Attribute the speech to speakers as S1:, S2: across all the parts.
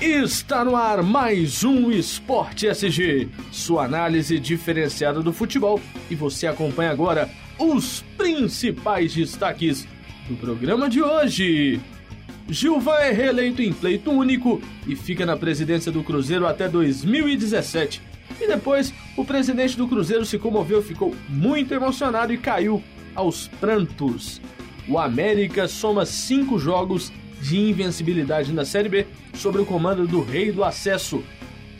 S1: Está no ar mais um Esporte SG, sua análise diferenciada do futebol. E você acompanha agora os principais destaques do programa de hoje. Gilvan é reeleito em pleito único e fica na presidência do Cruzeiro até 2017. E depois, o presidente do Cruzeiro se comoveu, ficou muito emocionado e caiu aos prantos. O América soma cinco jogos de invencibilidade na Série B sobre o comando do Rei do Acesso.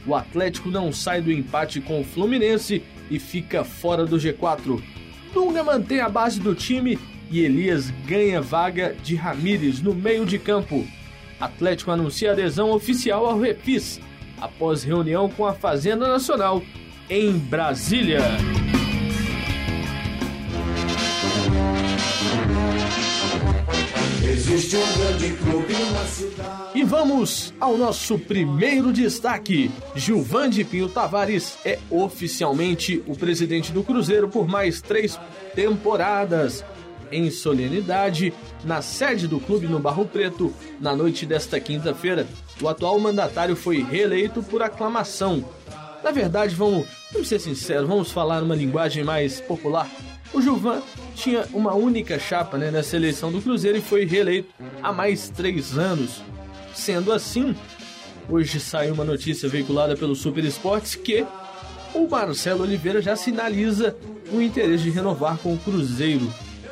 S1: O Atlético não sai do empate com o Fluminense e fica fora do G4. Dunga mantém a base do time e Elias ganha vaga de Ramires no meio de campo. Atlético anuncia adesão oficial ao Refis após reunião com a Fazenda Nacional em Brasília.
S2: Existe um grande clube na cidade.
S1: E vamos ao nosso primeiro destaque. Gilvan de Pinho Tavares é oficialmente o presidente do Cruzeiro por mais três temporadas. Em solenidade, na sede do clube no Barro Preto, na noite desta quinta-feira, o atual mandatário foi reeleito por aclamação. Na verdade, vamos, vamos ser sinceros, vamos falar uma linguagem mais popular. O Gilvan tinha uma única chapa né, nessa eleição do Cruzeiro e foi reeleito há mais três anos. Sendo assim, hoje saiu uma notícia veiculada pelo Super Esportes que o Marcelo Oliveira já sinaliza o interesse de renovar com o Cruzeiro.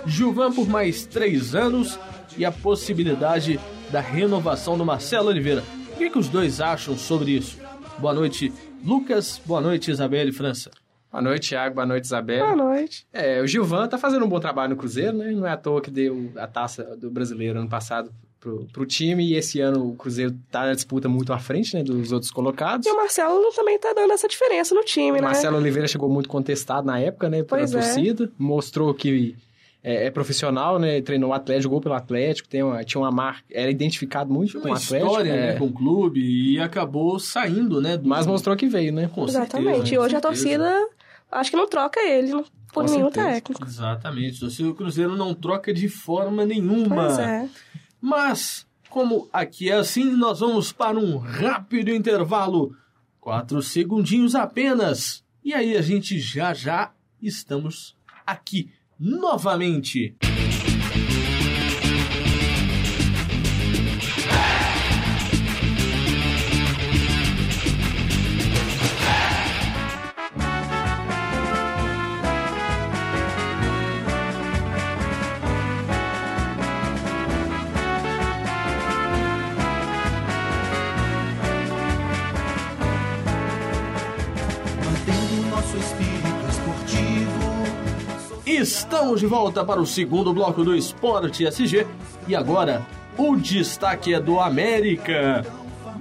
S1: Gilvan por mais três anos e a possibilidade da renovação do Marcelo Oliveira. O que, que os dois acham sobre isso? Boa noite, Lucas. Boa noite, Isabelle França.
S3: Boa noite, Thiago. Boa noite, Isabela.
S4: Boa noite.
S3: É, o Gilvan tá fazendo um bom trabalho no Cruzeiro, né? Não é à toa que deu a taça do brasileiro ano passado pro, pro time e esse ano o Cruzeiro tá na disputa muito à frente, né? Dos outros colocados.
S4: E o Marcelo também tá dando essa diferença no time,
S3: O
S4: né?
S3: Marcelo Oliveira chegou muito contestado na época, né? Pela
S4: Pois é.
S3: torcida. Mostrou que é, é profissional, né? Treinou o Atlético, jogou pelo Atlético, tem uma- tinha uma marca. Era identificado muito
S1: Tinha
S3: com
S1: uma
S3: o Atlético.
S1: história
S3: é,
S1: né, com o clube e acabou saindo, né? do-
S3: Mas mostrou que veio, né?
S1: Com certeza,
S4: Exatamente. e
S1: com
S4: hoje
S1: certeza.
S4: a torcida, acho que não troca ele por
S3: Com
S4: nenhum
S3: certeza.
S4: técnico.
S1: Exatamente. Torcida do Cruzeiro não troca de forma nenhuma.
S4: Pois é.
S1: Mas, como aqui é assim, nós vamos para um rápido intervalo. Quatro segundinhos apenas. E aí a gente já já estamos aqui novamente.
S2: Mantendo nosso espírito esportivo.
S1: Estamos de volta para o segundo bloco do Esporte SG. E agora, o destaque é do América.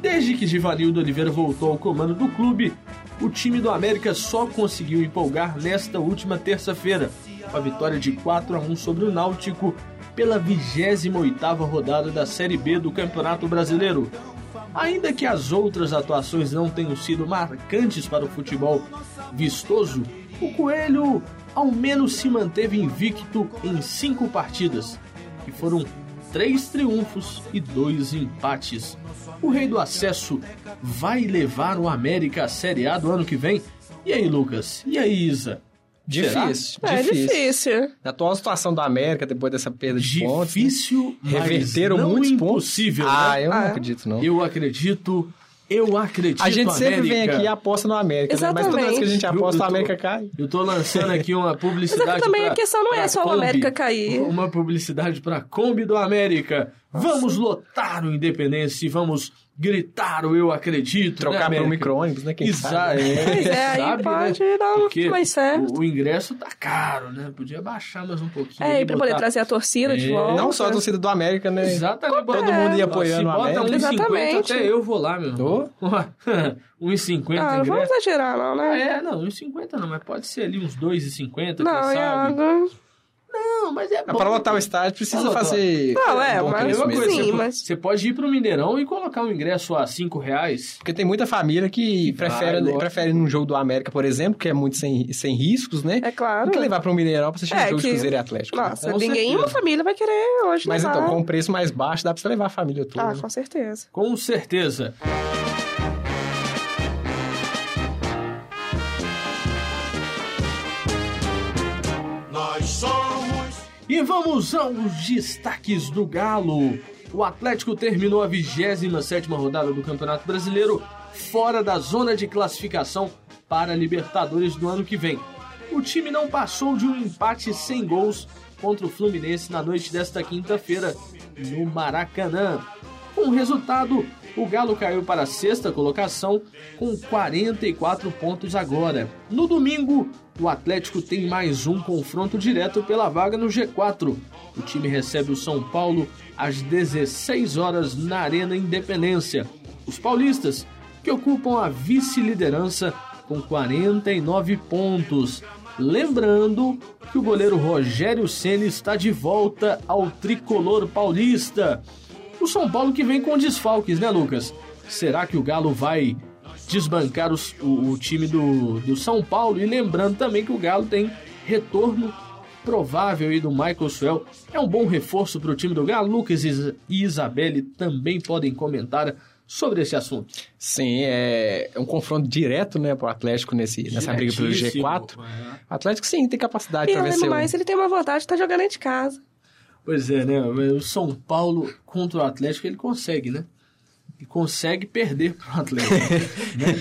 S1: Desde que Givanildo Oliveira voltou ao comando do clube, o time do América só conseguiu empolgar nesta última terça-feira, com a vitória de 4 a 1 sobre o Náutico pela 28ª rodada da Série B do Campeonato Brasileiro. Ainda que as outras atuações não tenham sido marcantes para o futebol vistoso, o Coelho ao menos se manteve invicto em cinco partidas, que foram três triunfos e dois empates. O rei do acesso vai levar o América à Série A do ano que vem? E aí, Lucas? E aí, Isa? Será?
S3: Difícil,
S4: É
S3: difícil.
S4: difícil.
S3: Na atual situação do América, depois dessa perda de pontos. né?
S1: Difícil, mas
S3: Reverteram
S1: não
S3: muitos
S1: impossível,
S3: pontos. Ah,
S1: né?
S3: eu não
S4: Ah, é.
S3: acredito, não.
S1: Eu acredito, eu acredito,
S3: A gente sempre
S1: América.
S3: vem aqui e aposta no América, né? mas toda vez que a gente
S1: Exatamente.
S3: aposta, o
S1: Eu tô-
S3: América cai.
S1: Eu tô lançando aqui uma publicidade.
S4: Mas é que também
S1: pra-
S4: a questão não é
S1: pra
S4: só o
S1: Kombi.
S4: América cair.
S1: Uma publicidade para Kombi do América. Vamos lotar o Independência e vamos gritar o Eu Acredito.
S3: Trocar
S1: né,
S3: pro
S1: América?
S3: micro-ônibus, né? Quem
S1: Exato.
S3: sabe?
S4: Pois é, aí
S1: sabe,
S4: pode
S1: né?
S4: dar um
S1: Porque
S4: mais certo.
S1: O, o ingresso tá caro, né? Podia baixar mais um pouquinho.
S4: É,
S1: ali,
S4: e pra poder
S1: botar-
S4: trazer a torcida
S1: É.
S4: de volta.
S3: Não só a torcida do América, né?
S1: Exatamente.
S3: Todo mundo ia apoiando
S1: Se
S3: o
S1: bota
S3: América.
S1: 1,50
S4: Exatamente.
S1: até eu vou lá, meu irmão. 1,50
S4: Ah, não vamos
S1: ingresso.
S4: exagerar, não,
S1: Ah,
S4: né?
S1: é, não, 1,50 não, mas pode ser ali uns 2,50, quem
S4: não, é
S1: sabe?
S4: algo.
S1: Não, mas é bom.
S3: Ah, Pra lotar o estádio precisa
S1: Pra lotar.
S3: fazer.
S4: Não, é,
S3: bom
S4: mas-
S1: Mesma
S3: crescimento.
S1: coisa,
S4: Sim,
S1: você, po-
S4: mas-
S1: você pode ir pro Mineirão e colocar o ingresso a 5 reais.
S3: Porque tem muita família que
S1: vai,
S3: prefere,
S1: lógico.
S3: prefere num jogo do América, por exemplo, que é muito sem, sem riscos, né?
S4: É claro.
S3: Tem que levar para um Mineirão pra você chegar
S4: É,
S3: no jogo
S4: que-
S3: de Cruzeiro e Atlético. né?
S4: Nossa,
S1: Com
S4: ninguém,
S1: certeza.
S4: uma família vai querer hoje
S3: Mas
S4: levar.
S3: então, com um preço mais baixo, dá pra você levar a família toda.
S4: Ah,
S3: né?
S4: com certeza.
S1: Com certeza.
S2: Nós somos.
S1: E vamos aos destaques do Galo. O Atlético terminou a 27ª rodada do Campeonato Brasileiro fora da zona de classificação para a Libertadores do ano que vem. O time não passou de um empate sem gols contra o Fluminense na noite desta quinta-feira no Maracanã. Com o resultado, o Galo caiu para a sexta colocação com 44 pontos agora. No domingo, o Atlético tem mais um confronto direto pela vaga no G4. O time recebe o São Paulo às 16 horas na Arena Independência. Os paulistas, que ocupam a vice-liderança com 49 pontos. Lembrando que o goleiro Rogério Ceni está de volta ao tricolor paulista. O São Paulo que vem com desfalques, né, Lucas? Será que o Galo vai desbancar os- o, o time do, do São Paulo? E lembrando também que o Galo tem retorno provável aí do Michael Suel. É um bom reforço para o time do Galo. Lucas e Isa- e Isabelle também podem comentar sobre esse assunto.
S3: Sim, é, é um confronto direto, né, pro Atlético nesse, nessa briga pelo
S1: Diretíssimo.
S3: G4. O Atlético sim tem capacidade
S4: E é
S3: para
S4: além do
S3: vencer. o-
S4: mais, ele tem uma vantagem de estar jogando dentro de casa.
S1: Pois é, né? O São Paulo contra o Atlético ele consegue, né? E consegue perder pro Atlético. né?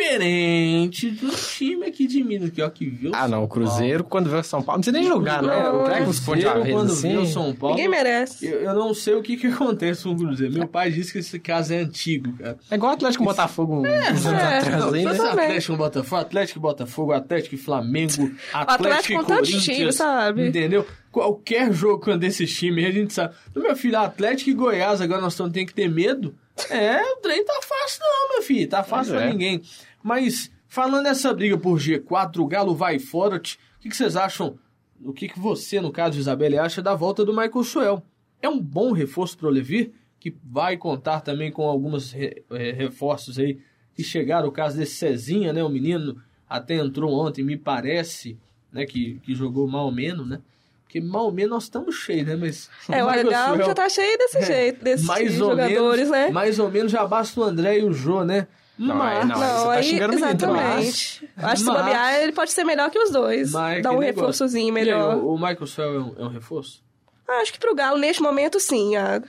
S1: Diferente do time aqui de Minas, que ó, que viu.
S3: Ah, não, o Cruzeiro, quando vê o São Paulo, não precisa nem jogar, né?
S4: Não,
S3: Pega
S1: o
S3: os pontos de uma
S1: é Cruzeiro,
S3: vez
S1: quando
S3: assim.
S1: vê o São Paulo.
S4: Ninguém merece.
S1: Eu, eu não sei o que, que acontece com o Cruzeiro. Meu pai disse que esse caso é antigo, cara.
S3: É igual o Atlético com o Botafogo uns anos
S4: é,
S3: atrás aí,
S4: não,
S3: né?
S1: Tanto
S4: também.
S1: Atlético e Botafogo, Atlético e Botafogo, Atlético e Flamengo, Atlético,
S4: Atlético
S1: e
S4: com tantos
S1: Corinthians,
S4: times, sabe?
S1: Entendeu? Qualquer jogo quando esse time, a gente sabe. Meu filho, Atlético e Goiás, agora nós não tem que ter medo. É, o trem tá fácil não, meu filho, tá fácil
S3: Pois
S1: pra
S3: é.
S1: ninguém. Mas falando nessa briga por G4, o Galo vai fora. t- O que, que vocês acham? O que, que você, no caso, Isabelle, acha da volta do Michael Suel? É um bom reforço pro Levi, que vai contar também com alguns re- eh, reforços aí que chegaram. O caso desse Cezinha, né? O menino até entrou ontem, me parece, né? Que, que jogou mal ou menos, né? Porque mal ou menos nós estamos cheios, né? Mas.
S4: É, o
S1: Michael
S4: legal
S1: Suel-
S4: já tá cheio desse
S1: É,
S4: jeito, desses
S1: mais ou
S4: jogadores,
S1: menos,
S4: né?
S1: Mais ou menos já basta o André e o Jô, né?
S3: Não,
S1: Mas-
S3: aí não,
S4: é
S3: aí você tá xingando o menino,
S4: exatamente. Acho que
S1: Mas-
S4: se bobear, ele pode ser melhor que os dois.
S1: mas
S4: Dá um
S1: aquele negócio.
S4: reforçozinho
S1: E aí,
S4: melhor.
S1: o, o Michael Suel é um, é um reforço?
S4: Ah, Acho que pro Galo, neste momento, sim, ah. Iago.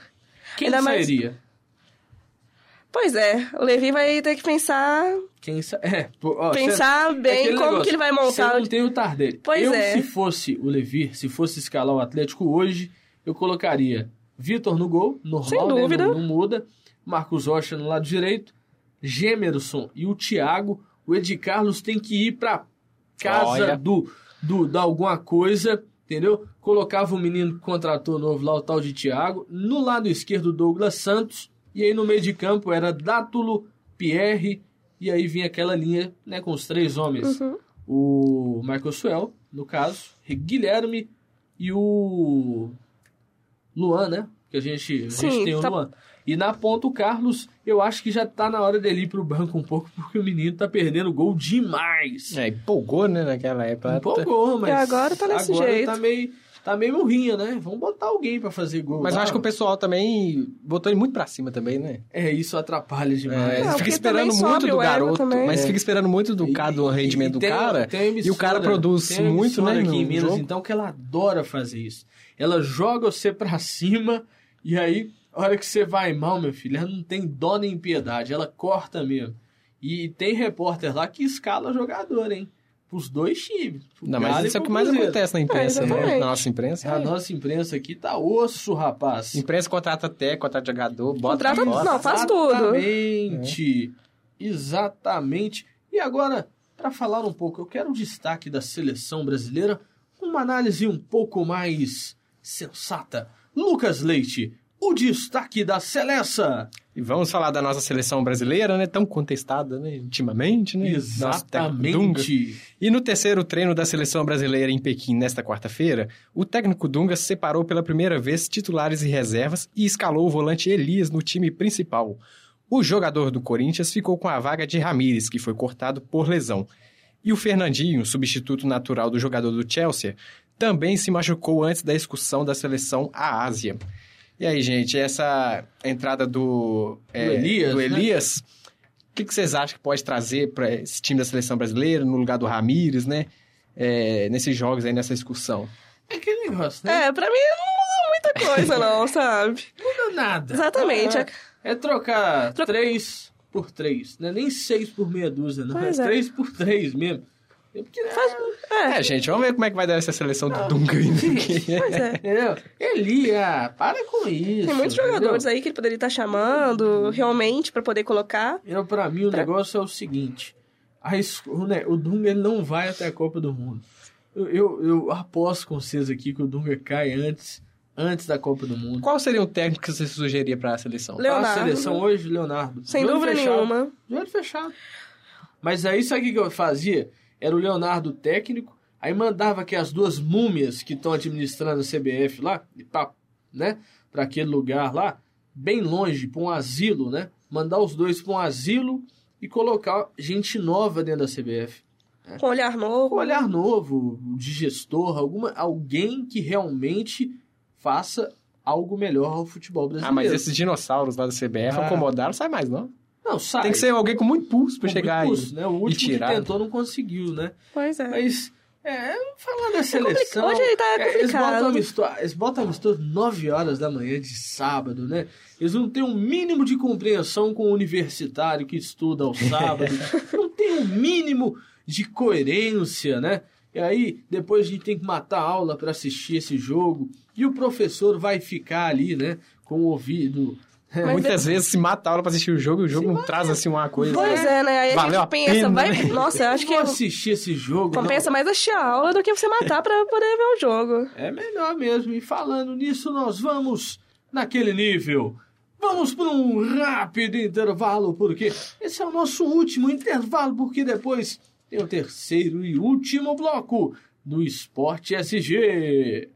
S1: Quem
S4: Ainda mais-
S1: sairia?
S4: Pois é, o Levi vai ter que pensar,
S1: Quem sa... É, pô, ó,
S4: pensar
S1: cê- é
S4: bem
S1: aquele
S4: como
S1: negócio,
S4: que ele vai
S1: cê
S4: montar.
S1: não tem o Tardelli.
S4: Pois
S1: eu,
S4: é.
S1: se fosse o Levi, se fosse escalar o Atlético hoje, eu colocaria Vitor no gol, normal,
S4: Sem
S1: né,
S4: dúvida.
S1: Não, não muda. Marcos Rocha no lado direito, Gemerson e o Thiago. O Ed Carlos tem que ir pra casa
S3: Olha.
S1: do, do da alguma coisa, entendeu? Colocava o menino que contratou novo lá, o tal de Thiago. No lado esquerdo, Douglas Santos. E aí no meio de campo era Dátulo, Pierre, e aí vinha aquela linha né, com os três homens.
S4: Uhum.
S1: O Michael Suel, no caso, Guilherme e o Luan, né? Que a gente, a
S4: Sim,
S1: gente tem o
S4: tá-
S1: Luan. E na ponta o Carlos, eu acho que já tá na hora dele ir pro banco um pouco, porque o menino tá perdendo gol demais.
S3: É, empolgou, né, naquela
S1: Um
S3: época.
S1: Empolgou, mas.
S4: E agora tá desse
S1: agora
S4: jeito.
S1: Tá meio, tá meio murrinha, né? Vamos botar alguém pra fazer gol.
S3: Mas eu
S1: lá.
S3: acho que o pessoal também botou ele muito pra cima também, né?
S1: É, isso atrapalha demais.
S3: É,
S4: Não,
S3: fica
S4: porque
S3: esperando
S4: também sobe
S3: muito do
S4: o ego
S3: garoto,
S4: também.
S3: mas fica esperando muito do, cara, do
S1: E-
S3: rendimento
S1: e
S3: do
S1: tem- um-
S3: cara.
S1: tem uma
S3: e o cara
S1: emissora-
S3: produz
S1: tem uma
S3: muito,
S1: emissora
S3: né,
S1: aqui em
S3: no
S1: Minas,
S3: jogo.
S1: então, que ela adora fazer isso. Ela joga você pra cima e aí, a hora que você vai mal, meu filho, ela não tem dó nem piedade, ela corta mesmo. E tem repórter lá que escala jogador, hein? Pros dois times. pro
S3: Não,
S1: Galo
S3: mas
S1: e
S3: isso é o
S1: pro
S3: que mais
S1: Cruzeiro. Ah,
S3: acontece na imprensa, né?
S4: exatamente.
S3: Na nossa imprensa.
S1: A
S3: é.
S1: nossa imprensa aqui tá osso, rapaz.
S3: Imprensa contrata até, contrata jogador, bota
S4: Contrata-
S3: pra fora.
S4: não, faz tudo.
S1: Exatamente. Exatamente. E agora, para falar um pouco, eu quero o destaque da seleção brasileira, uma análise um pouco mais sensata. Lucas Leite, o destaque da Seleça.
S3: E vamos falar da nossa seleção brasileira, né? Tão contestada, né? Ultimamente, né? Nosso técnico Dunga.
S1: Exatamente.
S3: E no terceiro treino da seleção brasileira em Pequim nesta quarta-feira, o técnico Dunga separou pela primeira vez titulares e reservas e escalou o volante Elias no time principal. O jogador do Corinthians ficou com a vaga de Ramires, que foi cortado por lesão. E o Fernandinho, substituto natural do jogador do Chelsea, também se machucou antes da excursão da seleção à Ásia. E aí, gente, essa entrada do, é,
S1: Do Elias,
S3: do
S1: né?
S3: Elias, o que, que vocês acham que pode trazer para esse time da seleção brasileira, no lugar do Ramires, né? É, nesses jogos aí, nessa excursão.
S1: É aquele negócio, né?
S4: É, pra mim não muda muita coisa, não, sabe?
S1: Não dá nada.
S4: Exatamente.
S1: É, é trocar 3 por 3, né? Nem 6 por meia dúzia, não.
S4: Pois
S1: é
S4: é.
S1: 3 por 3 mesmo. É porque,
S4: É,
S3: É, gente, vamos ver como é que vai dar essa seleção do Dunga ainda.
S4: pois é.
S1: entendeu? Eli, ah, para com isso.
S4: Tem muitos
S1: entendeu? Uhum.
S4: jogadores aí que ele poderia estar chamando realmente pra poder colocar.
S1: Eu, pra mim, o
S4: Pra-
S1: negócio é o seguinte: a es- o ne- o Dunga ele não vai até a Copa do Mundo. Eu, eu, eu aposto com vocês aqui que o Dunga cai antes, antes da Copa do Mundo.
S3: Qual seria o técnico que você sugeria para a seleção?
S4: Le- Leonardo.
S1: A seleção hoje, Leonardo.
S4: Sem
S1: De olho
S4: dúvida
S1: fechado.
S4: nenhuma.
S1: De olho fechado. Mas aí, sabe o que que eu fazia? Era o Leonardo técnico, aí mandava que as duas múmias que estão administrando a CBF lá, e pá, né? Pra aquele lugar lá, bem longe, pra um asilo, né? Mandar os dois pra um asilo e colocar gente nova dentro da CBF.
S4: Com olhar novo.
S1: Um olhar novo, de gestor, alguma, alguém que realmente faça algo melhor ao futebol brasileiro.
S3: Ah, mas esses dinossauros lá da CBF
S1: Ah.
S3: acomodaram, não sai mais, não.
S1: Não, sai.
S3: Tem que ser alguém com muito pulso
S1: Com
S3: para chegar
S1: muito
S3: aí.
S1: custo, né? O último
S3: tirar.
S1: que tentou não conseguiu, né?
S4: Pois é.
S1: Mas, é, falando da
S4: É compli-
S1: seleção...
S4: Hoje ele tá
S1: é, eles botam
S4: complicado.
S1: amistoso, eles botam amistoso 9 horas da manhã de sábado, né? Eles não têm um mínimo de compreensão com o universitário que estuda ao sábado. não tem um mínimo de coerência, né? E aí, depois a gente tem que matar a aula para assistir esse jogo. E o professor vai ficar ali, né? Com o ouvido.
S4: Mas
S3: É, Muitas
S1: é-
S3: vezes se mata a aula pra assistir o jogo e o jogo não traz assim uma coisa.
S4: Pois é, né? Aí
S3: Valeu
S4: a
S3: a
S4: gente pensa,
S3: pena,
S4: vai.
S3: né?
S4: Nossa, eu acho que
S1: Vou assistir esse jogo. não.
S4: compensa mais assistir a aula do que você matar pra poder ver o jogo.
S1: É melhor mesmo. E falando nisso, nós vamos naquele nível. Vamos para um rápido intervalo, porque esse é o nosso último intervalo, porque depois tem o terceiro e último bloco do Esporte SG.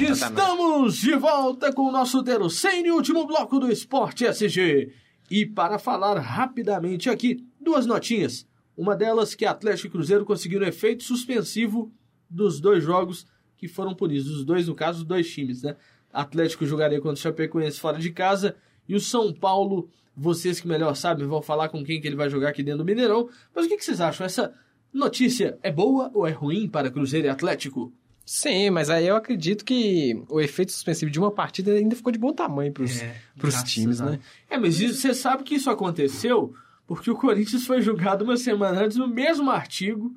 S1: Estamos de volta com o nosso terceiro e último bloco do Esporte SG. E para falar rapidamente aqui, duas notinhas. Uma delas que Atlético e Cruzeiro conseguiram efeito suspensivo dos dois jogos que foram punidos. Os dois, no caso, os dois times, né? Atlético jogaria contra o Chapecoense fora de casa e o São Paulo, vocês que melhor sabem, vão falar com quem que ele vai jogar aqui dentro do Mineirão. Mas o que, que vocês acham? Essa notícia é boa ou é ruim para Cruzeiro e Atlético?
S3: Sim, mas aí eu acredito que o efeito suspensivo de uma partida ainda ficou de bom tamanho pros, pros
S1: É, graças
S3: times,
S1: a
S3: né?
S1: É, mas isso- você sabe que isso aconteceu porque o Corinthians foi julgado uma semana antes no mesmo artigo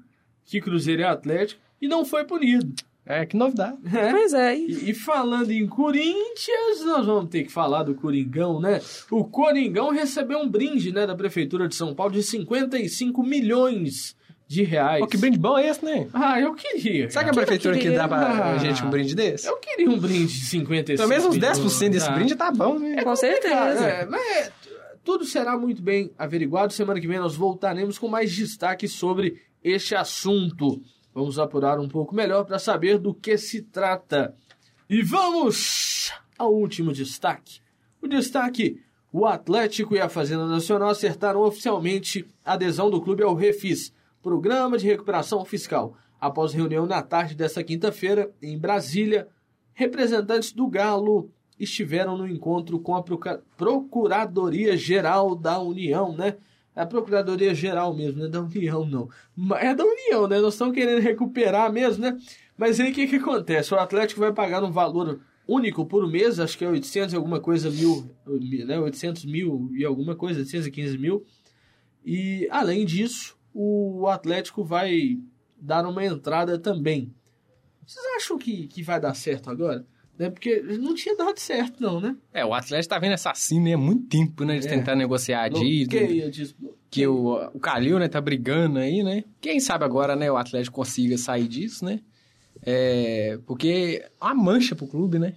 S1: que Cruzeiro e Atlético e não foi punido.
S3: É, que novidade.
S1: É.
S4: Pois é. e-
S1: E, e falando em Corinthians, nós vamos ter que falar do Coringão, né? O Coringão recebeu um brinde, né, da Prefeitura de São Paulo de 55 milhões de reais.
S3: Pô, que brinde bom é esse, né?
S1: Ah, eu queria.
S3: Será que a
S1: cara.
S3: prefeitura que dá pra
S1: Ah.
S3: gente um brinde desse?
S1: Eu queria um brinde de 55
S3: Pelo menos uns
S1: milhões,
S3: 10% desse
S1: tá?
S3: brinde tá bom, né?
S4: Com certeza.
S1: É, mas é, t- tudo será muito bem averiguado. Semana que vem nós voltaremos com mais destaque sobre este assunto. Vamos apurar um pouco melhor para saber do que se trata. E vamos ao último destaque. O destaque: o Atlético e a Fazenda Nacional acertaram oficialmente a adesão do clube ao Refis, Programa de Recuperação Fiscal. Após reunião na tarde desta quinta-feira em Brasília, representantes do Galo estiveram no encontro com a Proca- Procuradoria Geral da União, né? A Procuradoria Geral mesmo, não é da União, não. Ma- É da União, né? Nós estamos querendo recuperar mesmo, né? Mas aí o que, que acontece? O Atlético vai pagar um valor único por mês, acho que é 800 e alguma coisa mil, né? 800 mil e alguma coisa, 815 mil. E além disso, o Atlético vai dar uma entrada também. Vocês acham que, que vai dar certo agora? né? né? Porque não tinha dado certo, não, né?
S3: É, o Atlético tá vendo assassino né, há muito tempo, né? Eles
S1: É.
S3: tentaram negociar a dívida.
S1: Bloqueia, desbloqueia.
S3: Que o, o Calil, né, tá brigando aí, né? Quem sabe agora, né, o Atlético consiga sair disso, né? É, porque é uma mancha pro clube, né?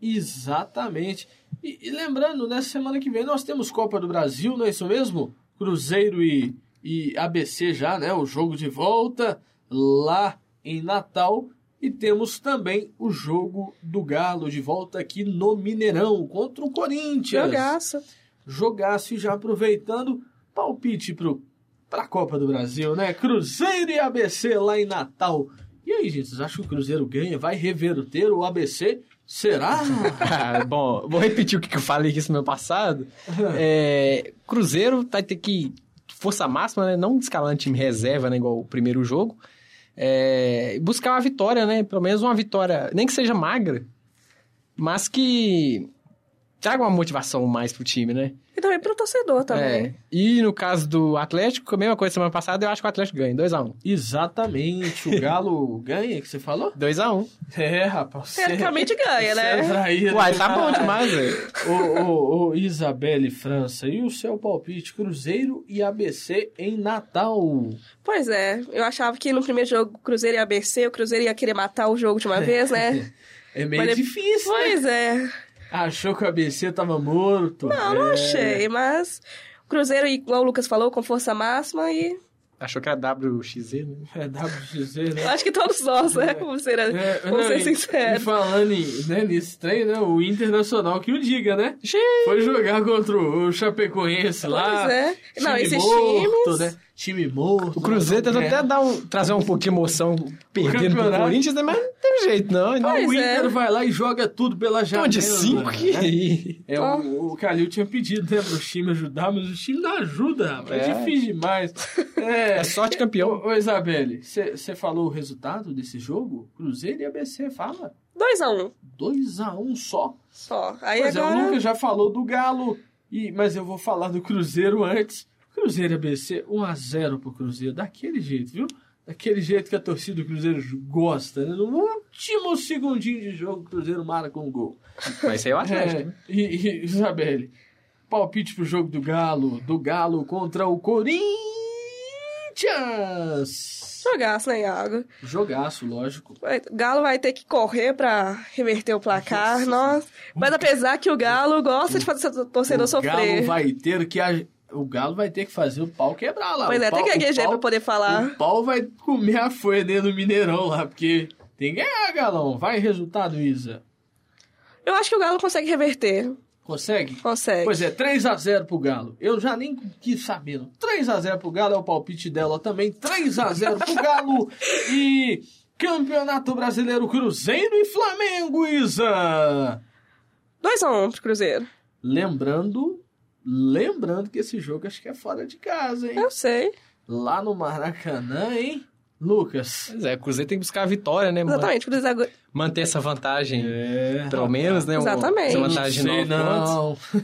S1: Exatamente. E, e lembrando, né, semana que vem nós temos Copa do Brasil, não é isso mesmo? Cruzeiro e, e ABC já, né? O jogo de volta lá em Natal. E temos também o jogo do Galo de volta aqui no Mineirão contra o Corinthians.
S4: Jogaço.
S1: Jogaço e já aproveitando, palpite pro, pra Copa do Brasil, né? Cruzeiro e ABC lá em Natal. E aí, gente, vocês acham que o Cruzeiro ganha? Vai reverter o ABC? Será?
S3: Ah, Bom, vou repetir o que que eu falei aqui no meu passado. É, Cruzeiro vai ter que. Força máxima, né? Não escalando time reserva, né? Igual o primeiro jogo. É, buscar uma vitória, né? Pelo menos uma vitória, nem que seja magra, mas que traga uma motivação mais pro time, né?
S4: E também pro torcedor também.
S3: É, E no caso do Atlético, a mesma coisa semana passada, eu acho que o Atlético ganha. 2x1.
S1: Exatamente, o Galo ganha, que você falou?
S3: 2x1.
S1: É, rapaz. você-
S4: Teoricamente
S1: você
S4: ganha, né?
S1: é traíra
S3: Uai, tá bom
S1: demais.
S3: demais, velho.
S1: Ô, ô, ô, Isabelle França, e o seu palpite? Cruzeiro e ABC em Natal.
S4: Pois é, eu achava que no primeiro jogo Cruzeiro e ABC, o Cruzeiro ia querer matar o jogo de uma vez, né?
S1: É meio
S4: Mas é-
S1: difícil, né?
S4: pois é.
S1: Achou que o ABC tava morto. É,
S4: Não, não achei, mas o Cruzeiro, igual o Lucas falou, com força máxima e
S3: Achou que era WXZ, né?
S1: É WXZ, né?
S4: eu acho que todos nós, né? Vamos ser,
S1: É,
S4: vamos
S1: não,
S4: ser
S1: e- E
S4: sinceros.
S1: falando em, né, nesse trem, né, o Internacional que o diga, né? Foi jogar contra o Chapecoense lá.
S4: Pois é. Não,
S1: Ah, time
S4: esses
S1: morto,
S4: times-
S1: né? Time morto.
S3: O Cruzeiro tentou
S1: É.
S3: até dar um- trazer um pouquinho de emoção perdendo pro
S1: campeonato.
S3: Corinthians, né? Mas não teve jeito, não. Então,
S1: Ah,
S4: Pois
S1: o
S4: é.
S1: Inter vai lá e joga tudo pela janela.
S3: de 5
S1: né?
S3: que...
S1: É, o, o Calil tinha pedido, né, pro time ajudar, mas o time não ajuda, rapaz. É,
S3: É.
S1: difícil demais.
S3: É
S1: É.
S3: sorte campeão.
S1: Ô, ô Isabelle, você falou o resultado desse jogo? Cruzeiro e ABC, fala.
S4: 2x1
S1: 2x1 só.
S4: só. Aí
S1: Pois é, o
S4: agora.
S1: Lucas já falou do Galo, e, mas eu vou falar do Cruzeiro antes. Cruzeiro e ABC, 1x0 pro Cruzeiro, daquele jeito, viu? Daquele jeito que a torcida do Cruzeiro gosta, né? No último segundinho de jogo, o Cruzeiro marca um gol.
S3: Mas isso aí é o Atlético.
S1: É,
S3: né?
S1: e, e Isabelle, palpite pro jogo do Galo, do Galo contra o Corinthians!
S4: Jogaço, né, Iago?
S1: Jogaço, lógico.
S4: Vai- Galo vai ter que correr pra reverter o placar, nossa. Mas apesar que o Galo gosta de fazer o torcedor
S1: o Galo
S4: sofrer.
S1: vai ter que... a- O Galo vai ter que fazer o pau quebrar lá.
S4: Pois
S1: O
S4: é,
S1: pau,
S4: tem que
S1: o
S4: gaguejar
S1: pau-
S4: pra poder falar.
S1: O pau vai comer a folha dentro do Mineirão lá, porque tem que ganhar, galão. Vai resultado, Isa.
S4: Eu acho que o Galo consegue reverter.
S1: Consegue?
S4: Consegue.
S1: Pois é, 3x0 pro Galo. Eu já nem quis saber. não. 3x0 pro Galo é o palpite dela também. 3x0 pro Galo. E Campeonato Brasileiro Cruzeiro e Flamengo, Isa.
S4: 2x1 pro Cruzeiro.
S1: Lembrando, lembrando que esse jogo acho que é fora de casa, hein?
S4: Eu sei.
S1: Lá no Maracanã, hein? Lucas.
S3: Pois é, o Cruzeiro tem que buscar a vitória, né? mano?
S4: Exatamente. o Cruzeiro tá agora-
S3: Manter essa vantagem,
S1: É.
S3: pelo menos, né? uma-
S4: Exatamente.
S3: Essa
S1: Não
S3: vantagem de
S1: sei,
S3: 9 pontos.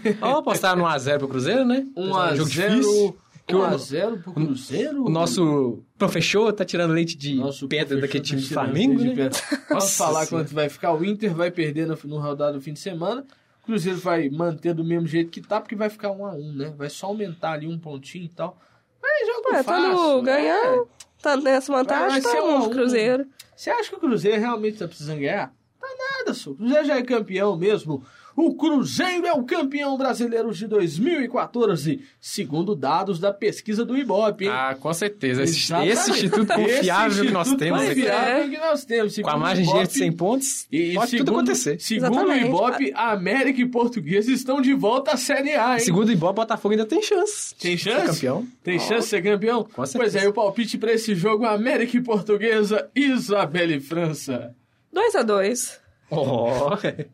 S1: não.
S3: Vamos apostar no 1x0 pro Cruzeiro, né? Um jogo difícil.
S1: 1x0
S3: que o-
S1: 1x0 pro Cruzeiro.
S3: O nosso professor tá tirando leite de
S1: Nosso
S3: pedra
S1: professor
S3: daquele time do
S1: tá tirando
S3: Flamengo,
S1: leite de
S3: né?
S1: pedra. Vamos
S3: Nossa
S1: falar
S3: Senhora.
S1: quanto vai ficar. O Inter vai perder no, no rodado do fim de semana. O Cruzeiro vai manter do mesmo jeito que tá, porque vai ficar 1x1, né? Vai só aumentar ali um pontinho e tal. Mas jogo
S4: Ué, tá
S1: fácil.
S4: no ganhar,
S1: É.
S4: tá nessa
S1: Vai
S4: vantagem,
S1: ser
S4: tá
S1: um a
S4: um
S1: um.
S4: pro Cruzeiro.
S1: Você acha que o Cruzeiro realmente tá precisando ganhar? Tá nada, senhor. O Cruzeiro já é campeão mesmo. O Cruzeiro é o campeão brasileiro de 2014, segundo dados da pesquisa do Ibope, hein?
S3: Ah, com certeza. Esse,
S1: Exatamente.
S3: esse instituto confiável que nós
S1: instituto
S3: temos aqui.
S1: confiável que nós temos.
S3: Com
S1: Segundo
S3: a margem de
S1: o
S3: erro de
S1: Ibope,
S3: 100 pontos,
S1: e- e
S3: pode
S1: segundo-
S3: tudo acontecer.
S1: Segundo
S4: Exatamente.
S1: o Ibope, a América e Portuguesa estão de volta à Série A, hein?
S3: Segundo o Ibope, Botafogo ainda tem chance.
S1: Tem
S3: de ser
S1: chance?
S3: campeão.
S1: Tem chance de ser campeão?
S3: certeza.
S1: Pois é, e o palpite para esse jogo, América e Portuguesa, Isabelle França.
S4: 2x2.
S3: Oh.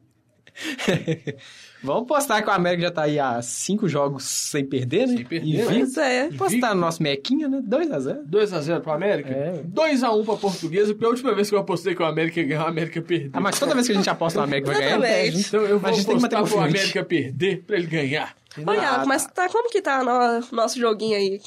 S3: Vamos postar que o América já tá aí há cinco jogos sem perder, né?
S1: Sem perder,
S3: Invicto.
S1: né?
S4: Pois é.
S3: Postar no nosso mequinha, né? 2x0.
S1: 2x0 para América?
S3: É.
S1: 2x1 para Portuguesa, porque a última vez que eu apostei que o América ia ganhar, a América perdeu.
S3: Ah, mas toda vez que a gente aposta no América vai ganhar, ele
S4: Exatamente.
S3: perde.
S1: Então eu vou
S3: Mas a gente tem que um
S1: apostar
S3: manter
S1: para o
S3: confiante.
S1: América perder, para ele ganhar.
S4: Ô,
S3: Ah,
S4: Iago, mas tá, como que tá o nosso joguinho aí?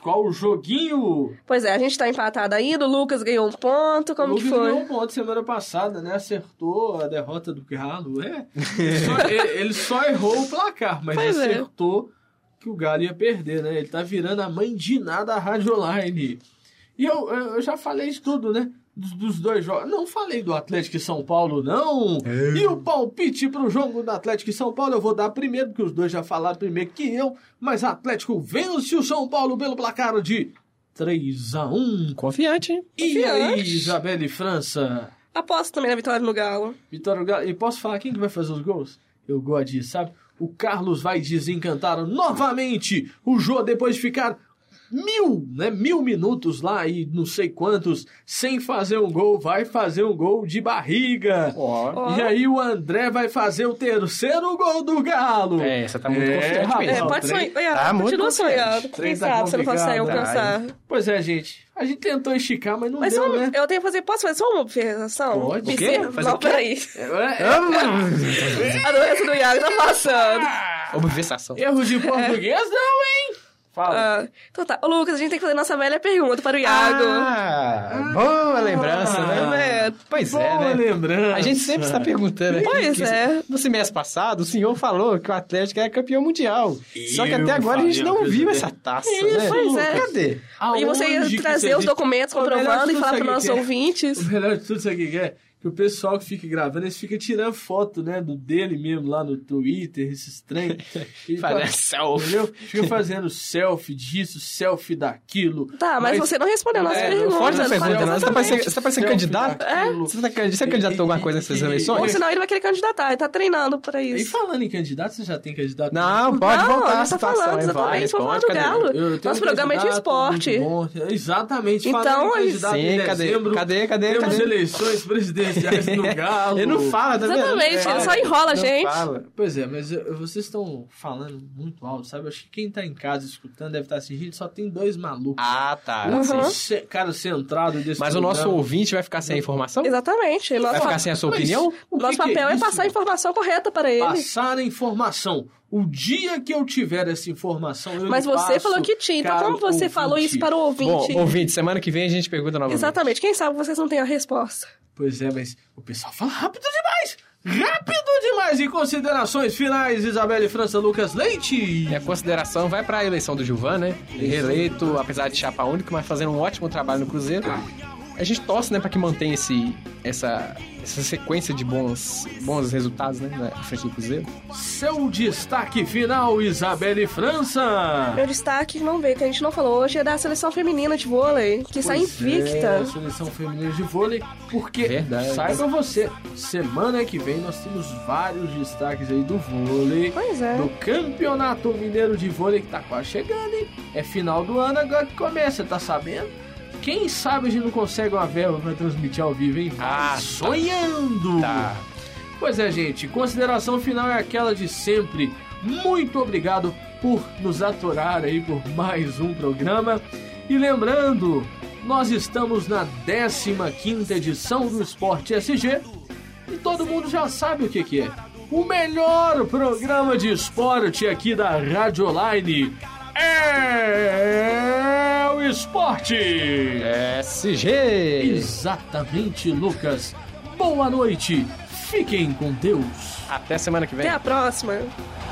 S1: Qual joguinho?
S4: Pois é, a gente tá empatado ainda, o Lucas ganhou um ponto, como
S1: o
S4: que
S1: Lucas
S4: foi?
S1: ganhou um ponto semana passada, né? Acertou a derrota do Galo, é. Ele só, ele- ele só errou o placar, mas
S4: Pois é.
S1: acertou que o Galo ia perder, né? Ele tá virando a mãe de nada a Rádio Online. E eu, eu já falei de tudo, né? Dos, dos dois jogos. Não falei do Atlético e São Paulo, não. E o palpite pro jogo do Atlético e São Paulo eu vou dar primeiro, porque os dois já falaram primeiro que eu. Mas Atlético vence o São Paulo pelo placar de 3 a 1
S3: Confiante, hein?
S1: E aí,
S4: Confiante.
S1: Isabelle França?
S4: Aposto também na vitória no Galo.
S1: Vitória do Galo. E posso falar quem que vai fazer os gols? Eu gosto disso, sabe? O Carlos vai desencantar novamente o Jô depois de ficar mil, né? Mil minutos lá e não sei quantos sem fazer um gol. Vai fazer um gol de barriga.
S3: Ó.
S4: Ó.
S1: E aí o André vai fazer o terceiro gol do Galo.
S3: É, você tá muito
S1: É,
S3: confiante
S1: rapaz.
S4: É,
S1: Não,
S3: mesmo.
S4: pode
S1: trem-
S4: sonhar. Olha,
S3: Tá muito
S4: continua
S3: confiante.
S4: sonhando.
S1: Trem
S4: Quem
S1: tá
S4: sabe você não
S1: complicado,
S4: consegue
S1: tá.
S4: alcançar.
S1: Pois é, gente. A gente tentou esticar, mas não
S4: Mas
S1: deu,
S4: só-
S1: né?
S4: eu tenho que fazer. Posso fazer só uma observação?
S1: Pode.
S4: Me
S1: O quê?
S4: sirva-
S3: Fazer o
S4: Não,
S3: quê?
S4: peraí.
S1: É, é,
S3: Ah,
S4: A doença do Iago tá passando.
S3: Obversação.
S1: erro de português não, hein? Fala.
S4: É. Ah, então tá. Ô, Lucas, a gente tem que fazer nossa velha pergunta para o Iago.
S3: Ah, boa lembrança, né?
S4: É,
S3: Pois
S1: Ah. Boa
S3: é, né?
S1: lembrança.
S3: A gente sempre está perguntando aqui.
S4: Pois
S3: que
S4: é.
S3: No semestre passado, o senhor falou que o Atlético era campeão mundial. Só que
S1: Eu
S3: até agora a gente não
S1: falei,
S3: viu
S1: eu
S3: essa taça,
S1: Isso,
S3: né?
S4: pois é.
S3: Cadê?
S4: e você
S1: Aonde
S4: ia
S1: Ah, que
S4: trazer
S1: você
S4: os
S1: viu?
S4: documentos
S1: Ô, melhor
S4: comprovando
S1: de
S4: e
S1: tudo
S4: falar para
S1: sabe o
S4: nossos
S1: que é?
S4: ouvintes.
S1: O melhor de tudo, sabe o que é? Que o pessoal que fica gravando, eles ficam tirando foto, né? Do dele mesmo lá no Twitter, esses trem. E
S3: Fazer
S1: fa-
S3: selfie.
S1: Entendeu? Fica fazendo selfie disso, selfie daquilo.
S4: Tá, mas, você não respondeu a nossa
S1: É, não
S4: pergunta.
S3: Fora
S1: Pode
S3: da
S4: Fala
S3: pergunta, né? Você tá parecendo,
S4: exatamente. É?
S3: você tá parecendo
S1: Selfie
S3: candidato?
S1: daquilo.
S3: Você, tá, candid- você candidatou alguma coisa nessas
S4: Ou
S3: eleições?
S4: senão ele vai querer candidatar, ele tá treinando pra
S1: E
S4: isso.
S1: falando em candidato, você já tem candidato?
S3: Não, pode
S4: Não,
S3: voltar
S4: ele
S3: a
S4: tá
S3: situação.
S4: falando,
S3: hein? Vai,
S4: exatamente,
S3: responde,
S4: vamos falar do
S3: cadê?
S4: Galo.
S1: Eu tenho
S4: Nosso programa é de
S1: candidato
S4: esporte.
S1: muito bom. Exatamente.
S4: Então,
S1: falando em
S4: aí-
S1: candidato em
S3: Sim, cadê?
S1: dezembro,
S3: Cadê? Cadê?
S1: Temos
S3: cadê?
S1: eleições presidenciais no Galo.
S3: Ele não fala, tá vendo?
S4: Exatamente,
S3: Não
S4: ele
S3: fala.
S4: só enrola a
S3: Não
S4: gente.
S3: fala.
S1: Pois é, mas eh, vocês estão falando muito alto, sabe? Eu Acho que quem tá em casa escutando deve estar assistindo, só tem dois malucos.
S3: Ah, tá.
S1: um
S4: Uhum.
S1: ce- cara centrado desse
S3: Mas o
S1: programa.
S3: nosso ouvinte vai ficar sem a informação?
S4: Exatamente. Nosso,
S3: Vai ficar assim? sem a sua
S1: Mas
S3: opinião?
S1: o que
S4: nosso
S1: que
S4: papel é,
S1: isso?
S4: passar a informação correta para ele.
S1: Passar a informação. O dia que eu tiver essa informação, eu
S4: Mas você
S1: passo,
S4: falou que tinha, então
S1: caro
S4: como você falou
S1: ouvinte.
S4: isso para o
S3: Bom,
S4: ouvinte?
S3: ouvinte, semana que vem a gente pergunta novamente.
S4: Exatamente, quem sabe vocês não têm a resposta.
S1: Pois é, mas o pessoal fala rápido demais! Rápido demais! E considerações finais, Isabelle França Lucas Leite!
S4: É.
S3: Minha consideração vai para a eleição do Gilvan, né? Reeleito, apesar de chapa única, mas fazendo um ótimo trabalho no Cruzeiro. A gente torce, né, para que mantenha esse, essa, essa sequência de bons, bons resultados, né, na frente do Cruzeiro.
S1: Seu destaque final, Isabelle França!
S4: Meu destaque, não veio, que a gente não falou hoje, é da seleção feminina de vôlei, que está
S1: Pois É,
S4: invicta.
S1: a seleção feminina de vôlei, porque
S3: Verdade.
S1: saiba você, semana que vem nós temos vários destaques aí do vôlei,
S4: Pois é.
S1: do Campeonato Mineiro de Vôlei que tá quase chegando, hein? É final do ano agora que começa, tá sabendo? Quem sabe a gente não consegue uma verba pra transmitir ao vivo, hein?
S3: Ah, tá.
S1: sonhando!
S3: Tá.
S1: Pois é, gente, consideração final é aquela de sempre. Muito obrigado por nos aturar aí por mais um programa. E lembrando, nós estamos na 15ª edição do Esporte SG e todo mundo já sabe o que que é. O melhor programa de esporte aqui da Rádio Online é o Esporte!
S3: SG!
S1: Exatamente, Lucas. Boa noite. Fiquem com Deus.
S3: Até semana que vem.
S4: Até a próxima.